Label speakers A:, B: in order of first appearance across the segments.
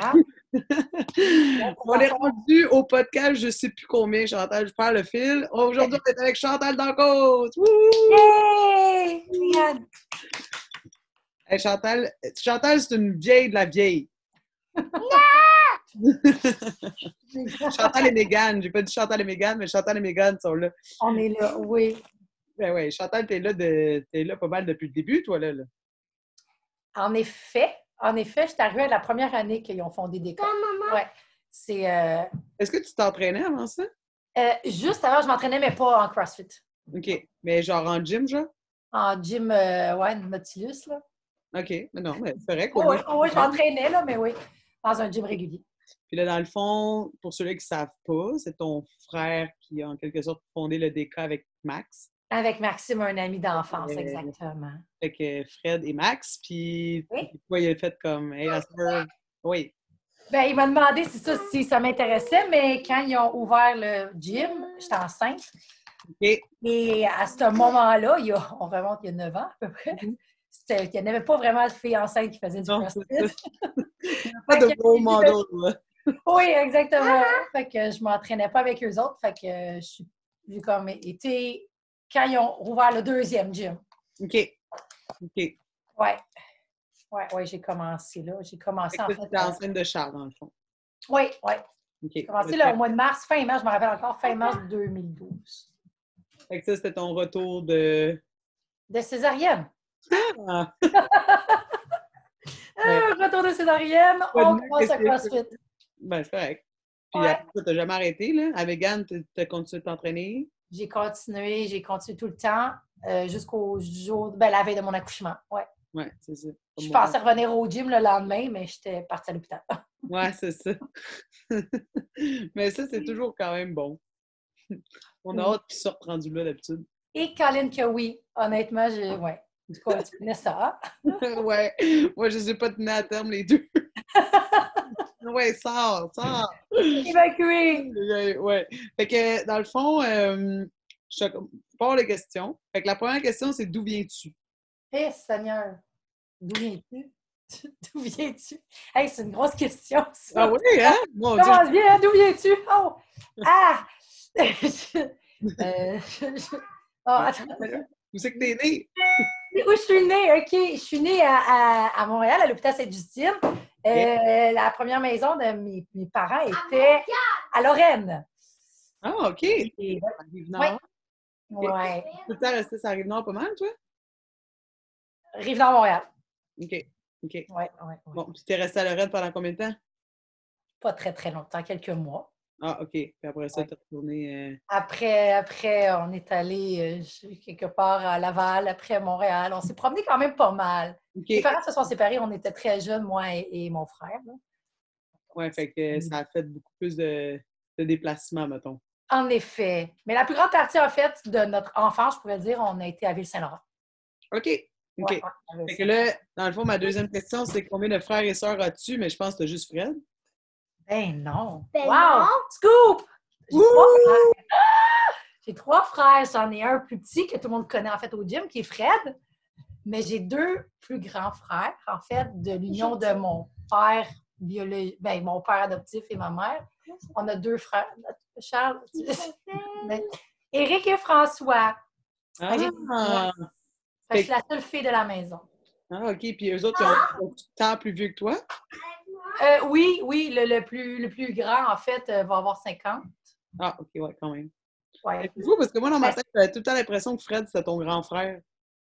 A: Ah. on est rendu au podcast, je sais plus combien, Chantal, je perds le fil. Aujourd'hui, on est avec Chantal Dancause. Hey! Hey, Chantal, Chantal c'est une vieille de la vieille. Chantal et Mégane, j'ai pas dit Chantal et Mégane, mais Chantal et Mégane sont là.
B: On est là, oui.
A: Ben ouais, Chantal, t'es là, de, t'es là pas mal depuis le début, toi, là. là.
B: En effet, en effet, je suis arrivée à la première année qu'ils ont fondé des codes. Ouais. C'est euh,
A: Est-ce que tu t'entraînais avant ça?
B: euh, juste avant, je m'entraînais, mais pas en CrossFit.
A: OK. Mais genre en gym, genre?
B: En gym, euh, ouais, Nautilus, là.
A: OK. Mais non, mais c'est vrai
B: Oui,
A: qu'on
B: oui, oui, je m'entraînais, là, mais oui, dans un gym régulier.
A: Puis là, dans le fond, pour ceux-là qui ne savent pas, c'est ton frère qui a en quelque sorte fondé le DK avec Max.
B: Avec Maxime, un ami d'enfance,
A: Euh,
B: exactement.
A: Fait que Fred et Max, puis
B: Oui.
A: puis toi, il a fait comme Hey, la sœur. Oui.
B: Ben, il m'a demandé si ça, si ça m'intéressait, mais quand ils ont ouvert le gym, j'étais enceinte.
A: OK.
B: Et à ce moment-là, il y a- on remonte il y a 9 ans à peu près, c'était- il n'y en avait pas vraiment de filles enceintes qui faisaient du
A: Mhm. Non,
B: CrossFit.
A: c'est Pas
B: Fait
A: de
B: que-
A: role model, là.
B: Oui,
A: Ah,
B: exactement. Fait que je m'entraînais pas avec eux autres. Fait que je suis- j'ai comme été quand ils ont rouvert le deuxième gym.
A: OK. OK.
B: Ouais. Ouais, ouais, j'ai commencé là. J'ai
A: Fait
B: commencé en
A: que
B: fait.
A: toi, t'es enceinte de Charles, dans le fond.
B: Oui, oui.
A: OK. Ah,
B: J'ai commencé là, au mois de mars, fin mars, je me rappelle encore, fin mars 2012.
A: Fait que ça, c'était ton retour de.
B: De césarienne.
A: Ah,
B: Ah, retour de césarienne,
A: Pas de
B: on
A: mieux
B: commence
A: que
B: à
A: c'est-
B: CrossFit.
A: ben, c'est correct. Puis
B: Ouais.
A: après ça, t'as jamais arrêté, là. Avec Gann, t'as t'as continué de t'entraîner.
B: J'ai continué, j'ai continué tout le temps euh, jusqu'au jour, ben, la veille de mon accouchement. Ouais.
A: Ouais, c'est ça.
B: Je pensais revenir au gym le lendemain, mais j'étais partie à l'hôpital.
A: Ouais, c'est ça. Mais ça, c'est toujours quand même bon. On a
B: Oui.
A: hâte qu'ils sortent rendus là d'habitude.
B: Et Colin que oui, honnêtement, j'ai. Ouais. Du coup, tu connais ça. hein?
A: ouais. Moi, je ne sais pas tenir à terme les deux. ouais, sors, sors.
B: Évacué!
A: Ouais, ouais. Fait que dans le fond, euh, je pars les questions. Fait que la première question, c'est d'où viens-tu?
B: Eh, Seigneur, d'où viens-tu? D'où viens-tu? Hey, c'est une grosse question, ça.
A: Ah oui, hein? Mon Dieu.
B: Commence bien, hein? d'où viens-tu? Oh! Ah! Je- euh, je- je- Oh, attends.
A: Où c'est que t'es né?
B: Où je suis née, OK. Je suis née à, à- à Montréal, à l'hôpital Sainte-Justine. Euh, La première maison de mes, mes parents était à Lorraine.
A: Ah, OK.
B: Et-
A: Ça arrive nord.
B: Ouais.
A: Tout le temps resté, ça arrive nord pas mal, toi?
B: Rive-Nord-Montréal.
A: OK. OK.
B: Ouais, ouais, ouais.
A: Bon, puis t'es resté à Lorette pendant combien de temps?
B: Pas très, très longtemps, quelques mois.
A: Ah, OK. Puis après ça,
B: Ouais.
A: t'es retourné. euh,
B: Après, après, on est allé euh, je- quelque part à Laval, après à Montréal. On s'est promené quand même pas mal.
A: OK.
B: Mes parents se sont séparés, on était très jeunes, moi et, et mon frère. là.
A: Ouais, fait que
B: Mm.
A: ça a fait beaucoup plus de, de déplacements, mettons.
B: En effet. Mais la plus grande partie, en fait, de notre enfance, je pourrais dire, on a été à Ville-Saint-Laurent.
A: OK.
B: Ouais,
A: OK.
B: ouais, à
A: Fait
B: Ville-Saint-Laurent.
A: que là, dans le fond, ma deuxième question, c'est combien de frères et sœurs as-tu? Mais je pense que t'as juste Fred.
B: Ben non.
C: Ben
B: wow!
C: non.
B: Scoop! J'ai
A: Ouh!
B: trois frères. Ah! J'ai trois frères. J'en ai un plus petit que tout le monde connaît en fait au gym, qui est Fred. Mais j'ai deux plus grands frères, en fait, de l'union de mon père biologique, ben, mon père adoptif et ma mère. On a deux frères. Charles, tu- Mais- Éric et François.
A: Ah,
B: j'ai-
A: ah,
B: Fait que je suis la seule fille de la maison.
A: OK. Puis eux autres, ils ont- ils ont tant plus vieux que toi?
B: Euh, oui, oui, le, le plus, le plus grand, en fait, euh, va avoir 50.
A: Ah, OK, ouais, quand même.
B: Ouais.
A: C'est fou parce que moi, dans ma tête, j'avais tout le temps l'impression que Fred, c'était ton grand frère.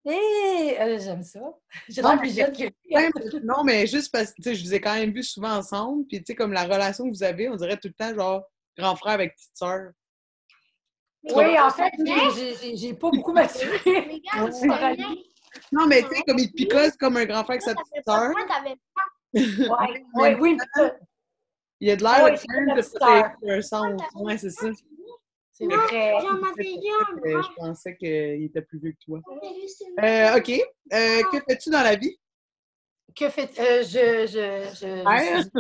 B: Hé! Euh, j'aime ça. J'ai
A: Non,
B: l'air plus
A: mais-
B: jeune que lui.
A: Ouais, mais- non, mais juste parce que, tu sais, je vous ai quand même vu souvent ensemble. Puis, tu sais, comme la relation que vous avez, on dirait tout le temps, genre, grand frère avec petite sœur.
B: Oui, en fait, j'ai- j'ai- j'ai- j'ai pas beaucoup maturé.
C: Regarde,
B: Ouais.
A: Non, mais tu sais, comme il te picosse comme un grand frère avec sa petite sœur.
B: Ouais, ouais, oui, mais ça,
A: Ah, Il a de l'air
B: Ouais,
A: de
B: c'est
A: plus
B: comme
A: de
B: sa
A: protéger un sens. Ouais, c'est ça.
B: c'est vrai.
C: J'en avais
A: Euh,
C: un.
A: Je pensais qu'il était plus vieux que toi. Euh, OK. Euh, que fais-tu dans la vie?
B: Que fait. euh, je, je, je,
A: Hein?
B: je suis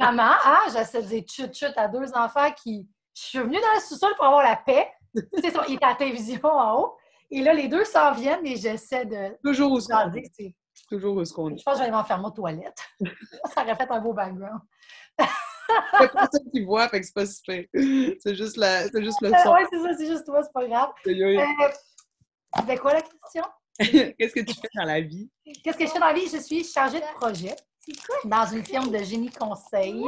B: maman, hein, j'essaie de dire chut-chut à deux enfants qui. Je suis venue dans le sous-sol pour avoir la paix. Tu sais, ils étaient à la télévision en haut. Et là, les deux s'en viennent et j'essaie de.
A: Toujours au
B: leur
A: secours.
B: dire, c'est-
A: Toujours où ce qu'on est.
B: Je pense que je vais aller m'enfermer aux toilettes. ça aurait fait un beau background.
A: Il n'y a personne qui voit, fait que c'est pas super. C'est juste, la... c'est juste le son.
B: oui, c'est ça, c'est juste toi, c'est pas grave. Euh, C'était quoi la question? Euh.
A: Qu'est-ce que tu fais dans la vie?
B: Qu'est-ce que je fais dans la vie? Je suis chargée de projet dans une firme de génie conseil.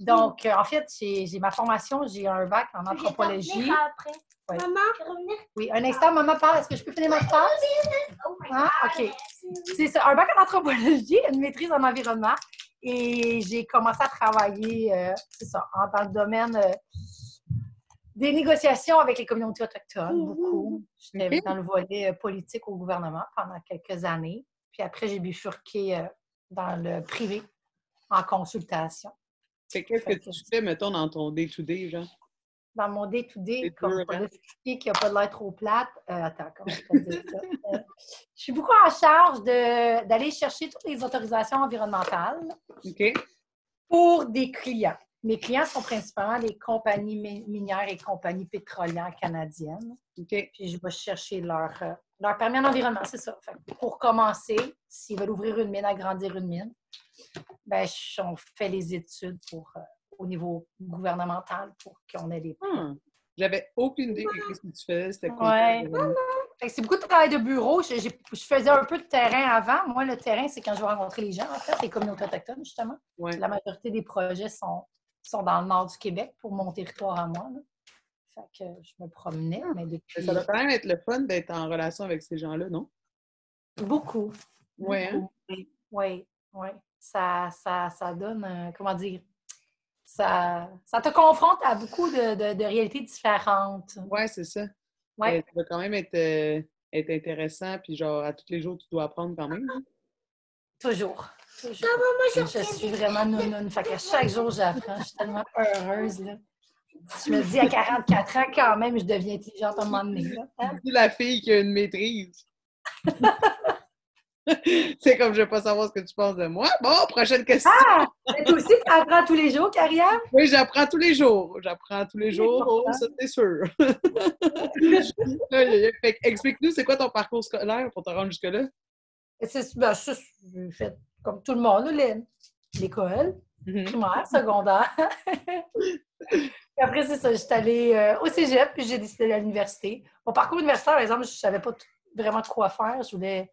B: Donc, euh, en fait, j'ai j'ai ma formation, j'ai un bac en anthropologie.
C: Après.
B: Ouais.
C: Maman, je vais revenir.
B: Oui, un instant, maman parle. Est-ce que je peux finir ma phrase?
C: Oh my
B: Ah,
C: God.
B: OK. C'est ça, un bac en anthropologie, une maîtrise en environnement. Et j'ai commencé à travailler, euh, c'est ça, en- dans le domaine euh, des négociations avec les communautés autochtones,
C: Mhm.
B: beaucoup. J'étais
A: Ok.
B: dans le volet euh, politique au gouvernement pendant quelques années. Puis après, j'ai bifurqué euh, dans le privé, en consultation.
A: Fait que qu'est-ce que tu fais, mettons, dans ton day-to-day, genre?
B: Dans mon day-to-day,
A: C'est
B: comme
A: dur,
B: pour
A: hein?
B: l'expliquer qu'il n'y a pas de l'air trop plate, euh, attends, comment je peux dire ça? Euh, je suis beaucoup en charge de- d'aller chercher toutes les autorisations environnementales
A: OK?
B: pour des clients. Mes clients sont principalement les compagnies mi- minières et compagnies pétrolières canadiennes.
A: OK?
B: Puis je vais chercher leur, euh, leur permis en environnement, c'est ça. Fait que pour commencer, s'ils veulent ouvrir une mine, agrandir une mine, ben, je- on fait les études pour, euh, au niveau gouvernemental pour qu'on ait les.
A: Hmm. J'avais aucune idée de ce que tu faisais. C'était quoi?
B: Ouais. Fait que C'est beaucoup de travail de bureau. Je, j'ai- je faisais un peu de terrain avant. Moi, le terrain, c'est quand je vais rencontrer les gens, en fait, les communautés autochtones, justement.
A: Ouais.
B: La majorité des projets sont, sont dans le nord du Québec pour mon territoire à moi. là. Fait que je me promenais, mais depuis
A: Ah, Mais Ça doit quand même être le fun d'être en relation avec ces gens-là, non?
B: beaucoup.
A: Ouais, hein?
B: Oui, oui. Ça, ça, ça donne, euh, comment dire, ça, ça te confronte à beaucoup de, de- de réalités différentes.
A: Ouais, c'est ça.
B: Mm-hmm. Ouais.
A: Mais Ça doit quand même être, euh, être intéressant, puis genre, à tous les jours, tu dois apprendre quand même. hein?
B: Toujours. Toujours. je suis vraiment nounoune. Fait qu'à chaque jour, j'apprends. Je suis tellement heureuse. là. Je me dis, à 44 ans, quand même, je deviens intelligente à un moment donné. là. Hein?
A: Tu dis la fille qui a une maîtrise. c'est comme je veux pas savoir ce que tu penses de moi. Bon, prochaine question.
B: Ah! Mais toi aussi, tu apprends tous les jours, carrière?
A: Oui, j'apprends tous les jours. J'apprends tous les jours, oh, ça c'est sûr. Aïe, aïe, aïe. Fait que explique-nous, c'est quoi ton parcours scolaire pour te rendre jusque-là?
B: C'est ben, ça, j'ai fait comme tout le monde, là, les- l'école,
A: Mhm.
B: primaire, secondaire. Puis après, c'est ça, j'étais allée euh, au cégep, puis j'ai décidé d'aller à l'université. Mon parcours universitaire, par exemple, je savais pas tout- vraiment de quoi faire. Je voulais,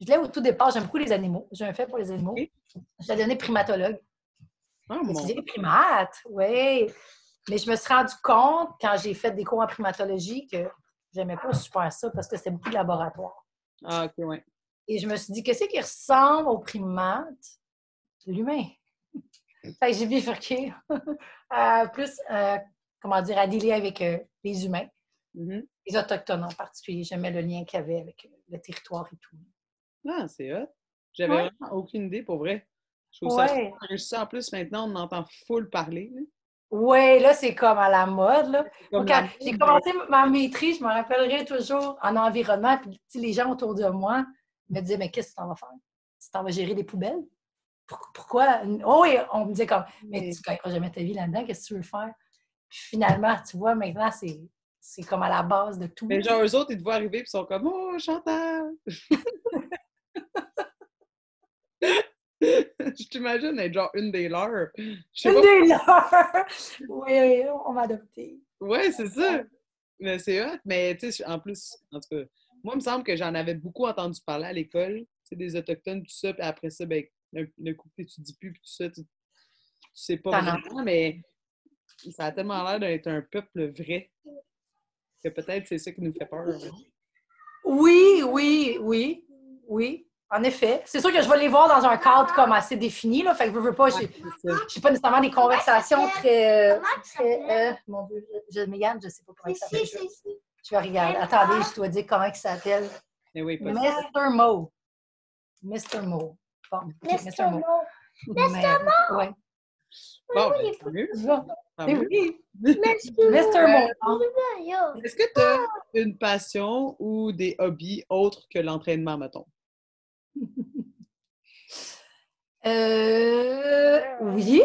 B: je voulais au tout départ, j'aime beaucoup les animaux. J'ai un fait pour les animaux.
A: Ok.
B: Je devenais primatologue.
A: Ah,
B: J'ai
A: mon
B: étudié les primates, oui. Mais je me suis rendu compte, quand j'ai fait des cours en primatologie, que j'aimais pas super ça parce que c'était beaucoup de laboratoire.
A: Ah, ok, ouais.
B: Et je me suis dit, qu'est-ce qui ressemble au primate? L'humain.
A: Mm.
B: fait que j'ai bifurqué à plus, euh, comment dire, à dealer avec euh, les humains,
A: Mhm.
B: les autochtones en particulier. J'aimais le lien qu'il y avait avec euh, le territoire et tout.
A: Ah, c'est hot. J'avais
B: Ouais.
A: vraiment aucune idée pour vrai. Je trouve ça
B: Ouais.
A: enrichissant. En plus, maintenant, on entend full parler. là.
B: ouais, là, c'est comme à la mode. Là.
A: Comme
B: Moi, quand
A: la-
B: j'ai commencé ma maîtrise, je me rappellerai toujours en environnement, puis tu sais, les gens autour de moi me disaient Mais qu'est-ce que tu en vas faire? Tu t'en vas gérer des poubelles? Pour- Pourquoi? Oh, et on me disait comme Mais tu ne gagneras jamais ta vie là-dedans, qu'est-ce que tu veux faire? Puis finalement, tu vois, maintenant, c'est, c'est comme à la base de tout.
A: Mais genre, eux autres, ils te voient arriver et ils sont comme Oh, Chantal! Je t'imagine être genre une des leurs. Je sais
B: Une
A: pas.
B: des leurs! oui, oui, on m'a adopté.
A: Ouais, c'est ça. Mais c'est hot. Mais tu sais, en plus, en tout cas, moi, il me semble que j'en avais beaucoup entendu parler à l'école, tu sais, des Autochtones, tout ça. Puis après ça, ben, le, le coup que tu dis plus, puis tout ça, tu, tu sais pas
B: T'en as.
A: vraiment, mais ça a tellement l'air d'être un peuple vrai que peut-être c'est ça qui nous fait peur. hein,
B: Oui, oui, oui, oui. En effet. C'est sûr que je vais les voir dans un cadre comme assez défini. Là, fait que je veux pas. j'ai-
A: C'est ça.
B: Je sais pas nécessairement des conversations très. euh,
C: Comment tu
B: très,
C: s'appelles?
B: euh, mon Dieu, je, je Mégane, je sais pas comment il
C: C'est
B: s'appelle.
C: ici,
B: Je,
C: c'est ici.
B: je vais regarder. Attendez, je dois dire comment il s'appelle.
A: Mais oui, parce-
B: Mr. Mo. Mr. Mo. Bon, ok,
C: Laisse-le
B: Mr. Mo.
C: mot.
B: Mo! Oui.
A: Bon, ben, tant mieux, tant mieux.
B: Ah Oui,
C: Laisse-le
B: Mr. Mo. hein.
C: mot, yo.
A: Est-ce que tu as une passion ou des hobbies autres que l'entraînement, mettons?
B: Euh, oui.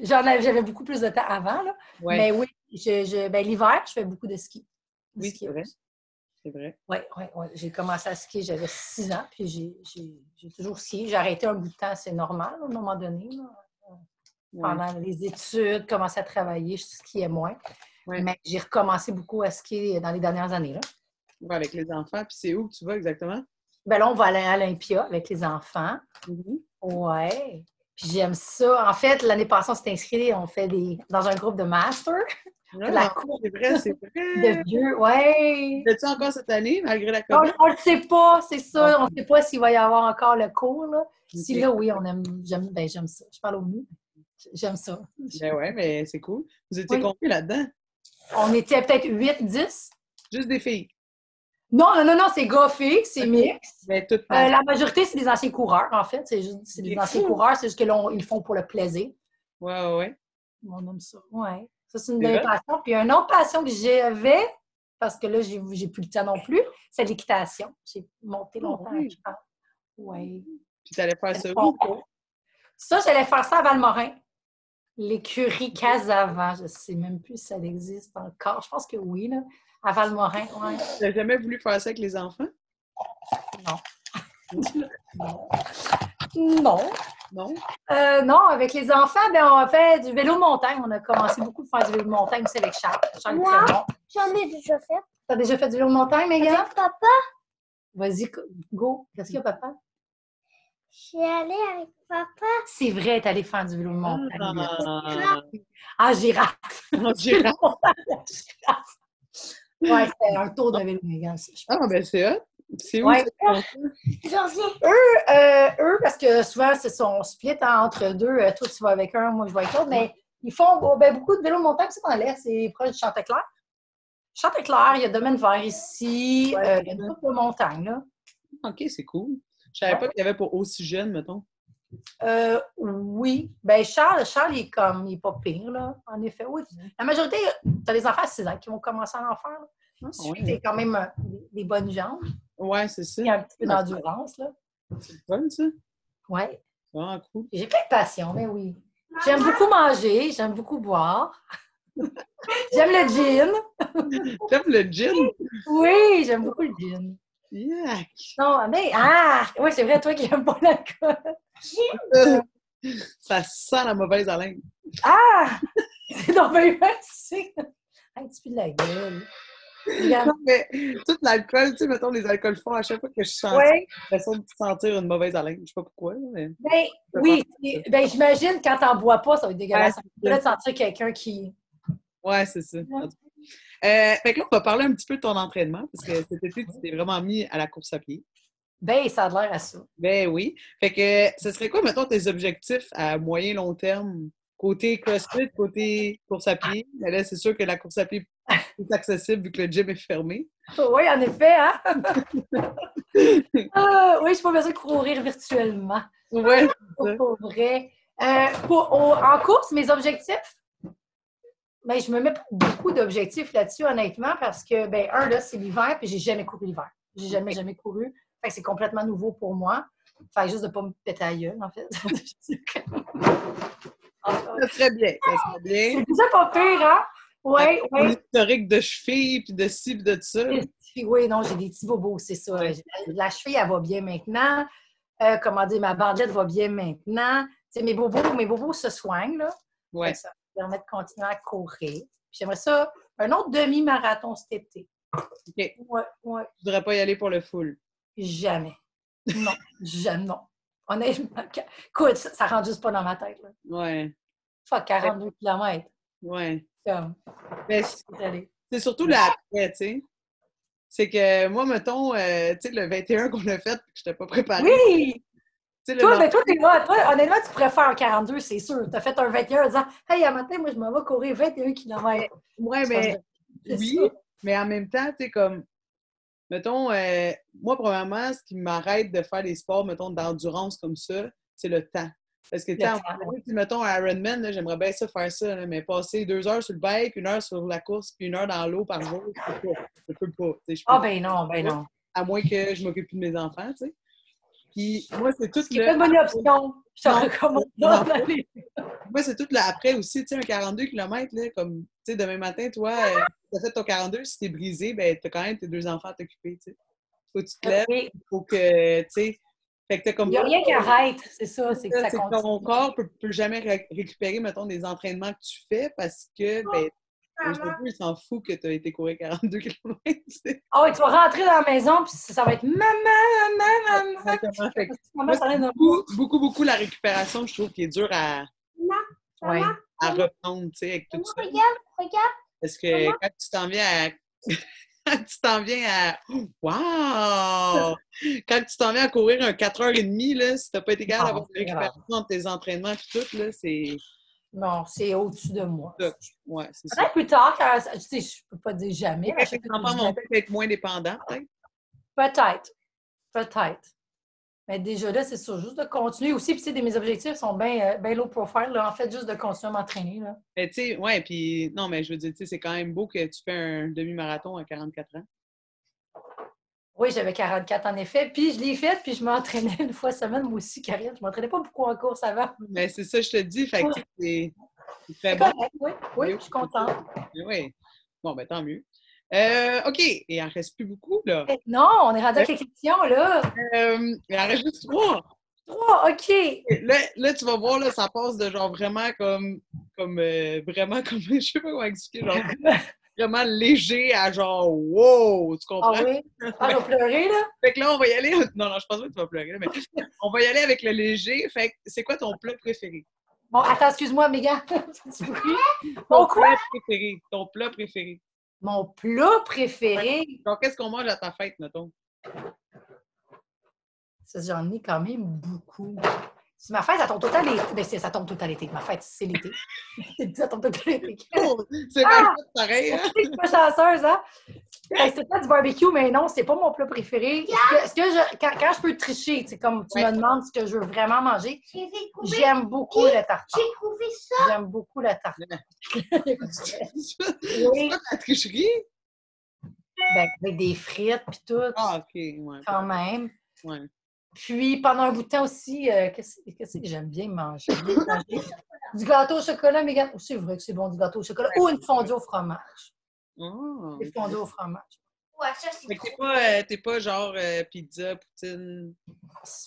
B: J'en avais, j'avais beaucoup plus de temps avant, là.
A: Ouais.
B: Mais oui, je, je- ben, l'hiver, je fais beaucoup de ski. Du
A: Oui,
B: ski.
A: c'est vrai. c'est vrai.
B: Oui, oui, oui. J'ai commencé à skier, j'avais six ans, puis j'ai- j'ai j'ai toujours skié. J'ai arrêté un bout de temps, c'est normal, à un moment donné. là.
A: Ouais.
B: Pendant les études, commencé à travailler, je skiais moins.
A: Ouais.
B: Mais j'ai recommencé beaucoup à skier dans les dernières années. Là.
A: Ouais, avec les enfants, puis c'est où que tu vas exactement?
B: Ben là, on va aller à Olympia avec les enfants. Mm-hmm.
A: Mhm.
B: Ouais. Puis j'aime ça. En fait, l'année passée, on s'est inscrit, on fait des dans un groupe de masters,
A: Ouais,
B: La
A: non, C'est vrai, c'est
B: de
A: vrai.
B: vieux. Ouais.
A: Fais-tu encore cette année, malgré la
B: On
A: COVID?
B: ne le sait pas, c'est ça. On ne sait pas s'il va y avoir encore le cours. Là. Si
A: Ah. Ok.
B: là, oui, on aime, j'aime, ben, j'aime ça. Je parle au nous. J'aime ça.
A: Ben ouais, mais c'est cool. Vous étiez
B: Oui.
A: combien là-dedans?
B: On était peut-être 8, 10.
A: Juste des filles.
B: Non, non, non, non, c'est goffé, c'est mix.
A: Mais Ben, toutes
B: Euh, la majorité, c'est des anciens coureurs, en fait. C'est juste c'est des
A: Des
B: anciens
A: fous.
B: coureurs, c'est juste que là, on- ils le font pour le plaisir.
A: Ouais, ouais, ouais.
B: On aime ça. Ouais. Ça, c'est une
A: C'est
B: belle
A: vrai?
B: passion. Puis une autre passion que j'avais, parce que là, j'ai, j'ai plus le temps non plus, c'est l'équitation. J'ai monté
A: Ah
B: longtemps,
A: oui.
B: je pense. Oui.
A: Puis t'allais faire ça
B: le
A: où?
B: concours. Ça, j'allais faire ça à Valmorin. L'écurie Casavant, je ne sais même plus si elle existe encore. Je pense que oui, là. À Valmorin, oui.
A: T'as jamais voulu faire ça avec les enfants?
B: Non. Non.
A: Non?
B: Euh, non, avec les enfants, ben, on a fait du vélo montagne. On a commencé beaucoup à faire du vélo montagne aussi avec Charles. Charles
C: Wow.
B: Crémont.
C: J'en ai déjà fait.
B: T'as déjà fait du vélo montagne, Megan?
C: Avec papa,
B: Vas-y, co- go. Qu'est-ce qu'il y a, papa?
C: j'y allais avec papa.
B: C'est vrai, t'es allé faire du vélo montagne.
A: Ah,
B: Ah, girafe.
A: en girafe.
B: Ouais, c'était un tour de vélo, Megan. ça, je
A: Ah, ben c'est hot. C'est où?
B: Ouais.
A: ça?
C: J'en viens.
B: Euh, eux, parce que souvent, c'est son split hein, entre deux. Euh, toi, tu vas avec un, moi, je vais avec l'autre. Mais ils font bon, ben, beaucoup de vélo montagne, c'est dans l'Est. C'est proche de Chanteclair. Chanteclair, il y a Domaine Vert ici. euh, il y a une coupe de montagne, là.
A: OK, c'est cool. Je savais pas qu'il y avait pour aussi jeune, mettons.
B: Euh, oui. Ben, Charles, Charles, il est comme, il est pas pire, là. En effet, oui. La majorité, t'as les enfants à 6 ans qui vont commencer à en faire. là.
A: ouais.
B: T'es quand même euh, des- des bonnes jambes.
A: Ouais, c'est ça.
B: Il y a un petit peu d'endurance, là.
A: C'est fun, ça.
B: Ouais.
A: Ah, cool.
B: J'ai plein de passion, mais oui. J'aime beaucoup manger, j'aime beaucoup boire. j'aime le gin.
A: T'aimes le gin?
B: Oui, j'aime beaucoup le gin.
A: Yuck!
B: Non, mais ah, oui, c'est vrai toi qui n'aimes pas l'alcool.
A: Ça sent la mauvaise haleine.
B: Ah, c'est donc bien merci. Un petit peu de la gueule. Regarde.
A: Non, mais tout l'alcool, tu sais, mettons les alcools forts, à chaque fois que je sens,
B: Ouais,
A: j'ai l'impression de sentir une mauvaise haleine. Je sais pas pourquoi, là, mais.
B: ben, oui, c'est- ben, j'imagine quand t'en bois pas, ça va être dégueulasse. Tu peux là sentir quelqu'un qui.
A: Ouais, c'est ça. Euh, fait que là, on va parler un petit peu de ton entraînement, parce que cet été, tu t'es vraiment mis à la course à pied.
B: Ben, ça a l'air à ça.
A: Ben oui. Fait que euh, ce serait quoi, mettons, tes objectifs à moyen long terme? Côté CrossFit, côté course à pied. Mais là, c'est sûr que la course à pied est plus accessible vu que le gym est fermé.
B: Oui, en effet, hein? Ah, oui, je suis pas besoin de courir virtuellement.
A: Ouais.
B: Pour, pour vrai. Euh, pour- au- en course, mes objectifs, ben, je me mets pas beaucoup d'objectifs là-dessus, honnêtement, parce que, ben, un, là, c'est l'hiver, puis j'ai jamais couru l'hiver. J'ai jamais, jamais couru. Fait que c'est complètement nouveau pour moi. Fait que juste de pas me péter à la gueule, en fait.
A: Ça serait bien. Ça serait bien.
B: c'est déjà pas pire, hein? Oui,
A: Un
B: oui.
A: historique de cheville, puis de ci, puis de ça.
B: Puis oui, non, j'ai des petits bobos, c'est ça. J'ai- La cheville, elle va bien maintenant. Euh, comment dire, ma bandelette va bien maintenant. Tu sais, mes bobos, mes bobos se soignent, là. Fait
A: Ouais.
B: que Ça me permet de continuer à courir. Puis J'aimerais ça, un autre demi-marathon cet été.
A: OK.
B: Ouais, ouais.
A: Je voudrais pas y aller pour le full.
B: Jamais. Non, jamais, non. Honnêtement, ca- écoute, ça, ça rentre juste pas dans ma tête. Là.
A: Ouais.
B: Fuck, 42 km.
A: Ouais.
B: Comme,
A: Mais c-
B: désolée.
A: c'est surtout le après, tu sais. C'est que moi, mettons, euh, tu sais, le 21 qu'on a fait, puis que je t'ai pas préparé.
B: Oui!
A: Tu sais, le
B: Toi,
A: lendemain-
B: ben, toi, t'es là. Toi, honnêtement, tu pourrais faire un 42, c'est sûr. T'as fait un 21 en disant, hey, à matin, moi, je m'en vais courir 21 km.
A: Ouais, mais oui, mais en même temps, tu sais, comme, mettons, euh, moi, premièrement, ce qui m'arrête de faire des sports, mettons, d'endurance comme ça, c'est le temps. Parce que, tu sais,
B: Le
A: en-
B: temps,
A: tu sais, mettons, un Ironman, là, j'aimerais bien ça faire ça, là, mais passer deux heures sur le bike, une heure sur la course, puis une heure dans l'eau par jour, je peux pas. Je peux pas. tu sais, je peux-
B: Ah, ben non, ben non.
A: À moins que je m'occupe plus de mes enfants, tu sais. Puis, moi, c'est tout
B: C'est pas
A: le...
B: une bonne option. Je te
A: Non.
B: recommande
A: Non.
B: d'en aller.
A: Moi, c'est tout le après aussi, tu sais, un 42 km, là, comme, tu sais, demain matin, toi, euh, t'as fait ton 42, si t'es brisé, ben, t'as quand même tes deux enfants à t'occuper, tu sais. Faut que
B: Ah,
A: tu te lèves,
B: Il
A: faut que, tu sais, fait que t'as comme
B: n'y a rien qui arrête, c'est ça, c'est que ça
A: c'est que ton
B: continue.
A: corps peut, peut jamais ré- récupérer, mettons, des entraînements que tu fais parce que, ben,
C: Maman,
A: aujourd'hui, il s'en fout que tu as été courir 42 km.
B: Ah ouais, tu vas rentrer dans la maison, puis ça va être maman,
A: Ah,
B: maman, maman.
A: Exactement. Fait que
B: Maman, ça vient de
A: beaucoup, beaucoup, beaucoup la récupération, je trouve, qui est dure à,
C: maman,
B: Ouais.
A: à reprendre, tu sais, avec tout
C: maman,
A: ça.
C: regarde, regarde.
A: Parce que quand tu t'en viens à. quand tu t'en viens à. Wow! Quand tu t'en viens à courir un 4h30, là, si t'as pas été capable
B: Ah,
A: d'avoir une
B: c'est grave.
A: récupération entre tes entraînements et tout, là, c'est.
B: Non, c'est au-dessus de moi.
A: Ça, Ouais, c'est ça.
B: Peut-être plus tard, quand, tu sais, je peux pas dire jamais. mais à
A: Peut-être que
B: chaque
A: les
B: fois que je
A: enfants
B: dis
A: vont peut-être être moins dépendants, peut-être.
B: Peut-être. Peut-être. Mais déjà là, c'est sûr, juste de continuer aussi. Puis, tu sais, des- mes objectifs sont bien euh, bien low profile. Là. En fait, juste de continuer à m'entraîner. là.
A: Mais tu sais, ouais, puis non, mais je veux dire, tu sais, c'est quand même beau que tu fais un demi-marathon à 44 ans.
B: Oui, j'avais 44 en effet. Puis, je l'ai fait. Puis, je m'entraînais une fois semaine, moi aussi, Karine. Je m'entraînais pas beaucoup en course avant.
A: Mais c'est ça, je te dis, fait que tu sais, c'est c'est très
B: C'est
A: bon.
B: correct, oui. Oui, je suis contente.
A: Oui. Bon, ben tant mieux. Euh, OK, il en reste plus beaucoup, là.
B: Mais Non, on est rendu à quelques questions, là.
A: Euh, il en reste juste trois.
B: Trois, OK.
A: Là, là, tu vas voir, là, ça passe de genre vraiment comme, comme euh, vraiment comme, je sais pas comment expliquer, genre vraiment léger à genre, wow, tu
B: Ah
A: comprends?
B: oui? Ah, je vais pleurer, là.
A: Fait que là, on va y aller, non, non, je pense pas que tu vas pleurer, là, mais on va y aller avec le léger. Fait que c'est quoi ton plat préféré?
B: Bon, attends, excuse-moi, Mégane. Tu me cries? Mon quoi?
A: plat préféré, ton plat préféré.
B: Mon plat préféré.
A: Genre, qu'est-ce qu'on mange à ta fête, mettons?
B: Ça, j'en ai quand même beaucoup. Si ma fête, ça tombe tout le temps l'été. Ben, c'est- ça tombe tout le temps l'été. Ma fête, c'est l'été. ça tombe tout le temps l'été.
A: Oh, c'est
B: Ah!
A: pas pareil, hein?
B: Je suis pas chanceuse, hein? Fait que c'est pas du barbecue, mais non, c'est pas mon plat préféré. Est-ce que, est-ce que je, quand, quand je peux tricher, c'est comme tu
A: Ouais.
B: me demandes ce que je veux vraiment manger,
C: J'ai trouvé,
B: j'aime beaucoup le tartare.
C: j'ai trouvé ça.
B: J'aime beaucoup le tartare.
A: c'est
B: Oui,
A: pas de la tricherie?
B: ben, avec des frites puis tout,
A: Ah, ok, ouais.
B: quand même.
A: ouais.
B: Puis pendant un bout de temps aussi, euh, qu'est-ce qu'est-ce que j'aime bien manger? Manger du gâteau au chocolat, mais gars, c'est vrai que c'est bon du gâteau au chocolat. Ou une fondue au fromage.
A: Ah.
B: Une fondue au fromage.
C: Ouais, ça, c'est
A: Fait que
C: trop.
A: t'es pas, euh, t'es pas genre euh, pizza, poutine.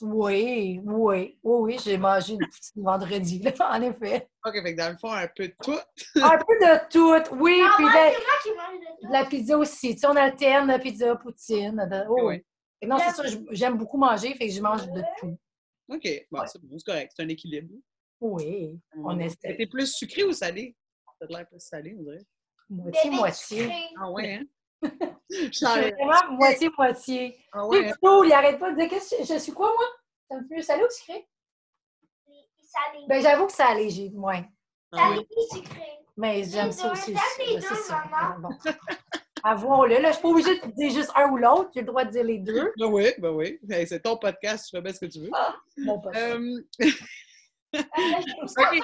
B: Oui, oui, oui, oui, j'ai mangé une poutine vendredi, là, en effet.
A: Ok, fait que dans le fond, un peu de tout.
B: Un peu de tout, oui,
C: Ah,
B: puis ben,
C: moi,
B: la,
C: c'est moi qui mange de
B: de la pizza aussi. Tu sais, on alterne la pizza, poutine. de- oh,
A: Ouais.
B: oui. Non, c'est ça, j- j'aime beaucoup manger, fait que je mange de tout.
A: Ok, bon, c'est bon, c'est correct, c'est un équilibre. Mm.
B: Oui, on essaie.
A: T'es plus sucré ou salé? T'as de l'air plus salé, on dirait.
C: ça.
B: Moitié-moitié.
A: Ah ouais, hein? Je
B: Je
A: t'en-
B: suis vraiment moitié-moitié.
A: Ah
B: Oui,
A: ouais, hein?
B: Plutôt, il arrête pas de dire qu'est-ce que je, je suis quoi, moi? T'as un peu salé ou sucré?
C: Salé.
B: Ben, j'avoue que ça allégé, moins.
A: Ah ouais.
C: Salé et sucré.
B: Mais j'aime
C: Les
B: ça
C: deux,
B: aussi. le
C: t'as
B: sucre,
C: les
B: là,
C: deux,
B: C'est ça.
C: maman.
B: Bon. Avouons-le. Là, je suis pas obligée de dire juste un ou l'autre. J'ai le droit de dire les deux.
A: Ben oui, ben oui. Hey, c'est ton podcast, tu fais bien ce que tu veux.
B: Bon, pas ça.
A: Euh,
C: Ok.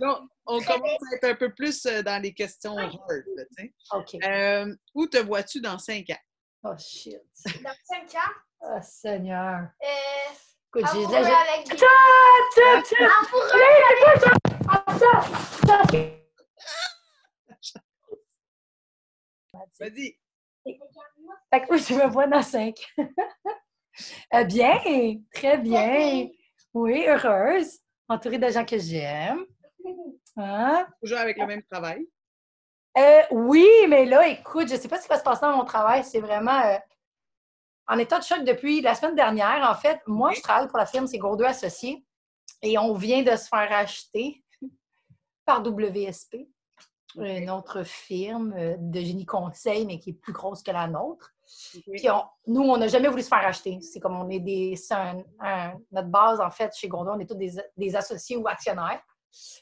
A: là, on commence à être un peu plus euh, dans les questions hard. là, tu sais.
B: OK.
A: Euh, où te vois-tu dans cinq ans?
B: Oh, shit.
C: Dans 5 ans,
B: Oh, Seigneur.
C: euh,
B: Écoute, j'ai
C: amoureux
B: là, j'ai-
C: avec des...
B: Attends, attends, attends.
C: Amoureux!
B: Ah, Attends, attends.
A: Vas-y.
B: Fait que oui, je me vois dans cinq. Euh, bien, très bien. Oui, heureuse, entourée de gens que j'aime. Hein?
A: Toujours avec le même travail.
B: Euh, oui, mais là, écoute, je ne sais pas ce qui va se passer dans mon travail. C'est vraiment euh, en état de choc depuis la semaine dernière. En fait, moi, je travaille pour la firme C'est Gourdeux Associés et on vient de se faire acheter par WSP, une autre firme euh, de génie conseil, mais qui est plus grosse que la nôtre. Puis on- nous, on n'a jamais voulu se faire acheter. C'est comme on est des. c'est un- un- notre base, en fait, chez Gondon, on est tous des, des associés ou actionnaires.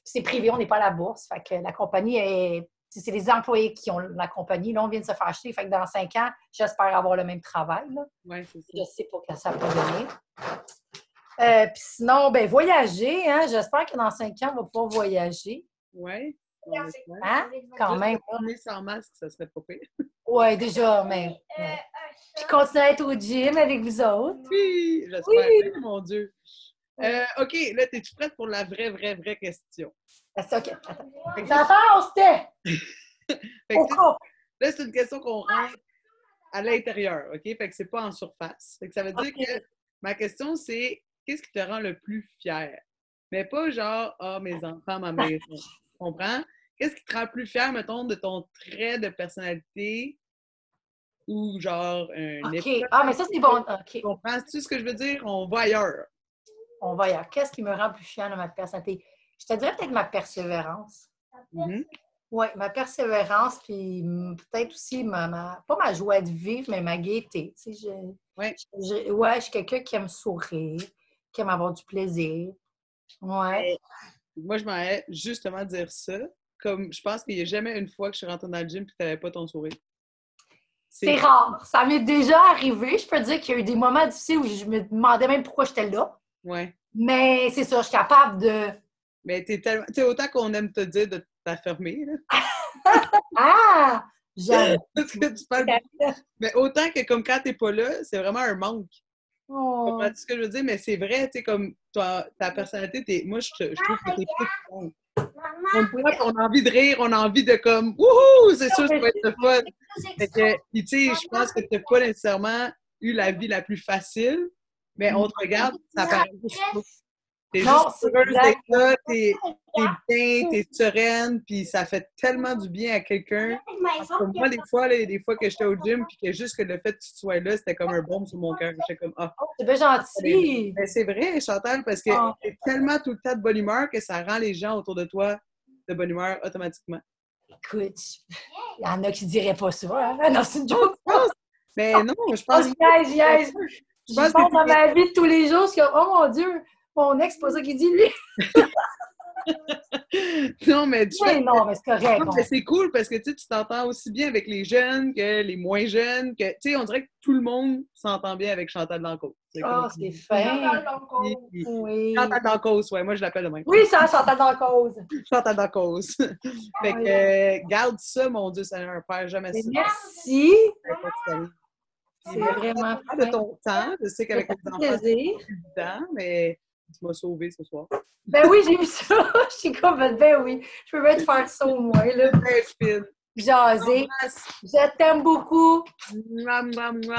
B: C'est privé, on n'est pas à la bourse. Fait que la compagnie est. C'est c'est les employés qui ont la compagnie. Là, on vient de se faire acheter. Fait que dans cinq ans, j'espère avoir le même travail. là.
A: Ouais, c'est ça.
B: Je sais pas quand ça peut venir. Euh, Puis sinon, ben voyager, hein? J'espère que dans cinq ans, on va pouvoir voyager.
A: Ouais.
C: Hein?
B: Hein? Quand même. là.
A: On est sans masque, ça serait pas pire.
B: Ouais, déjà, mais.
C: Euh,
B: ouais.
C: un
B: Puis
C: chat.
B: continuer à être au gym avec vous autres.
A: Oui, j'espère.
B: Oui.
A: Mon Dieu. Euh, OK, là, es-tu prête pour la vraie, vraie, vraie question?
B: Ah, c'est OK. Attends. Attends, on se tait!
A: Fait que
B: Au fond.
A: Là, c'est une question qu'on rentre à l'intérieur, OK? Fait que c'est pas en surface. Fait que ça veut dire
B: OK.
A: que ma question, c'est qu'est-ce qui te rend le plus fier? Mais pas genre, ah, mes enfants, ma maison. Tu comprends? Qu'est-ce qui te rend le plus fier, mettons, de ton trait de personnalité ou genre un
B: OK.
A: épreuve?
B: Ah, mais ça, c'est bon. OK.
A: Tu comprends-tu ce que je veux dire? On va ailleurs.
B: On va y aller. Qu'est-ce qui me rend plus fière de ma personnalité? Je te dirais peut-être ma persévérance.
A: Mhm.
B: Oui, ma persévérance, puis mm, peut-être aussi ma, ma- pas ma joie de vivre, mais ma gaieté. Tu sais, je,
A: Ouais.
B: je- je- ouais, je suis quelqu'un qui aime sourire, qui aime avoir du plaisir. Ouais.
A: Moi, je m'en allais justement dire ça. Comme je pense qu'il n'y a jamais une fois que je suis rentrée dans le gym et que tu n'avais pas ton sourire.
B: C'est rare. Ça m'est déjà arrivé. Je peux dire qu'il y a eu des moments difficiles où je me demandais même pourquoi j'étais là.
A: Ouais.
B: Mais c'est ça, je suis capable de.
A: Mais t'es tellement. Tu sais, autant qu'on aime te dire de t'affermer, là,
B: Ah! J'aime.
A: parce que tu parles. Mais autant que comme quand t'es pas là, c'est vraiment un manque.
B: Oh.
A: Comprends-tu ce que je veux dire? Mais c'est vrai, tu sais, comme toi, ta personnalité, t'es. Moi, je, te- je trouve que t'es plus.
C: Maman,
A: On,
B: Ah,
A: te voit, on a envie de rire, on a envie de comme. Wouhou! C'est sûr, ça va être le fun. Fait
C: c'est
A: que, puis tu sais, je pense que t'as pas nécessairement eu la vie la plus facile, mais on te regarde, ça paraît. T'es
B: Non,
A: juste
B: c'est
A: heureuse
B: exact.
A: d'être là, t'es t'es bien, t'es sereine, puis ça fait tellement du bien à quelqu'un. Parce que moi, des fois, là, des fois que j'étais au gym, puis que juste que le fait que tu sois là, c'était comme un bombe sur mon cœur. J'étais comme, ah,
B: Oh, c'est bien gentil.
A: mais c'est vrai, Chantal, parce que
B: Ah.
A: t'es tellement tout le temps de bonne humeur que ça rend les gens autour de toi de bonne humeur automatiquement.
B: Écoute, il y en a qui diraient pas ça. hein. Non, c'est une joke.
A: Mais non, je
B: Oh,
A: pense
B: je niaise, je niaise. Je pense
A: pense que tu-
B: dans ma vie de tous les jours, je suis comme, oh mon Dieu, mon ex, c'est pas ça qu'il dit, lui.
A: Non, mais tu
B: Mais
A: fais...
B: non, mais c'est correct.
A: Non,
B: on-
A: mais c'est cool parce que tu sais, tu t'entends aussi bien avec les jeunes que les moins jeunes. Que, tu sais, on dirait que tout le monde s'entend bien avec Chantal Danco.
B: Oh, c'est fin. Oui.
A: Chantal Dancause, ouais, moi je l'appelle de même.
B: Oui, ça, Chantal dans la cause.
A: Chantal Dancause.
B: Ah,
A: fait que, euh, garde ça, mon Dieu Seigneur, perds jamais
B: Mais
A: ça.
B: Merci.
A: Fait que tu t'amuses.
B: C'est vraiment
A: Prends de
B: fin.
A: ton temps. Je sais qu'avec
B: Ça
A: les
B: fait
A: enfants,
B: plaisir.
A: c'est temps, mais tu m'as sauvé ce soir.
B: Ben oui, j'ai eu ça. Je suis comme, ben oui, je peux bien te faire ça au moins, là.
A: Très fine.
B: Jaser. Je t'aime beaucoup.
A: Mouah, mouah, mouah.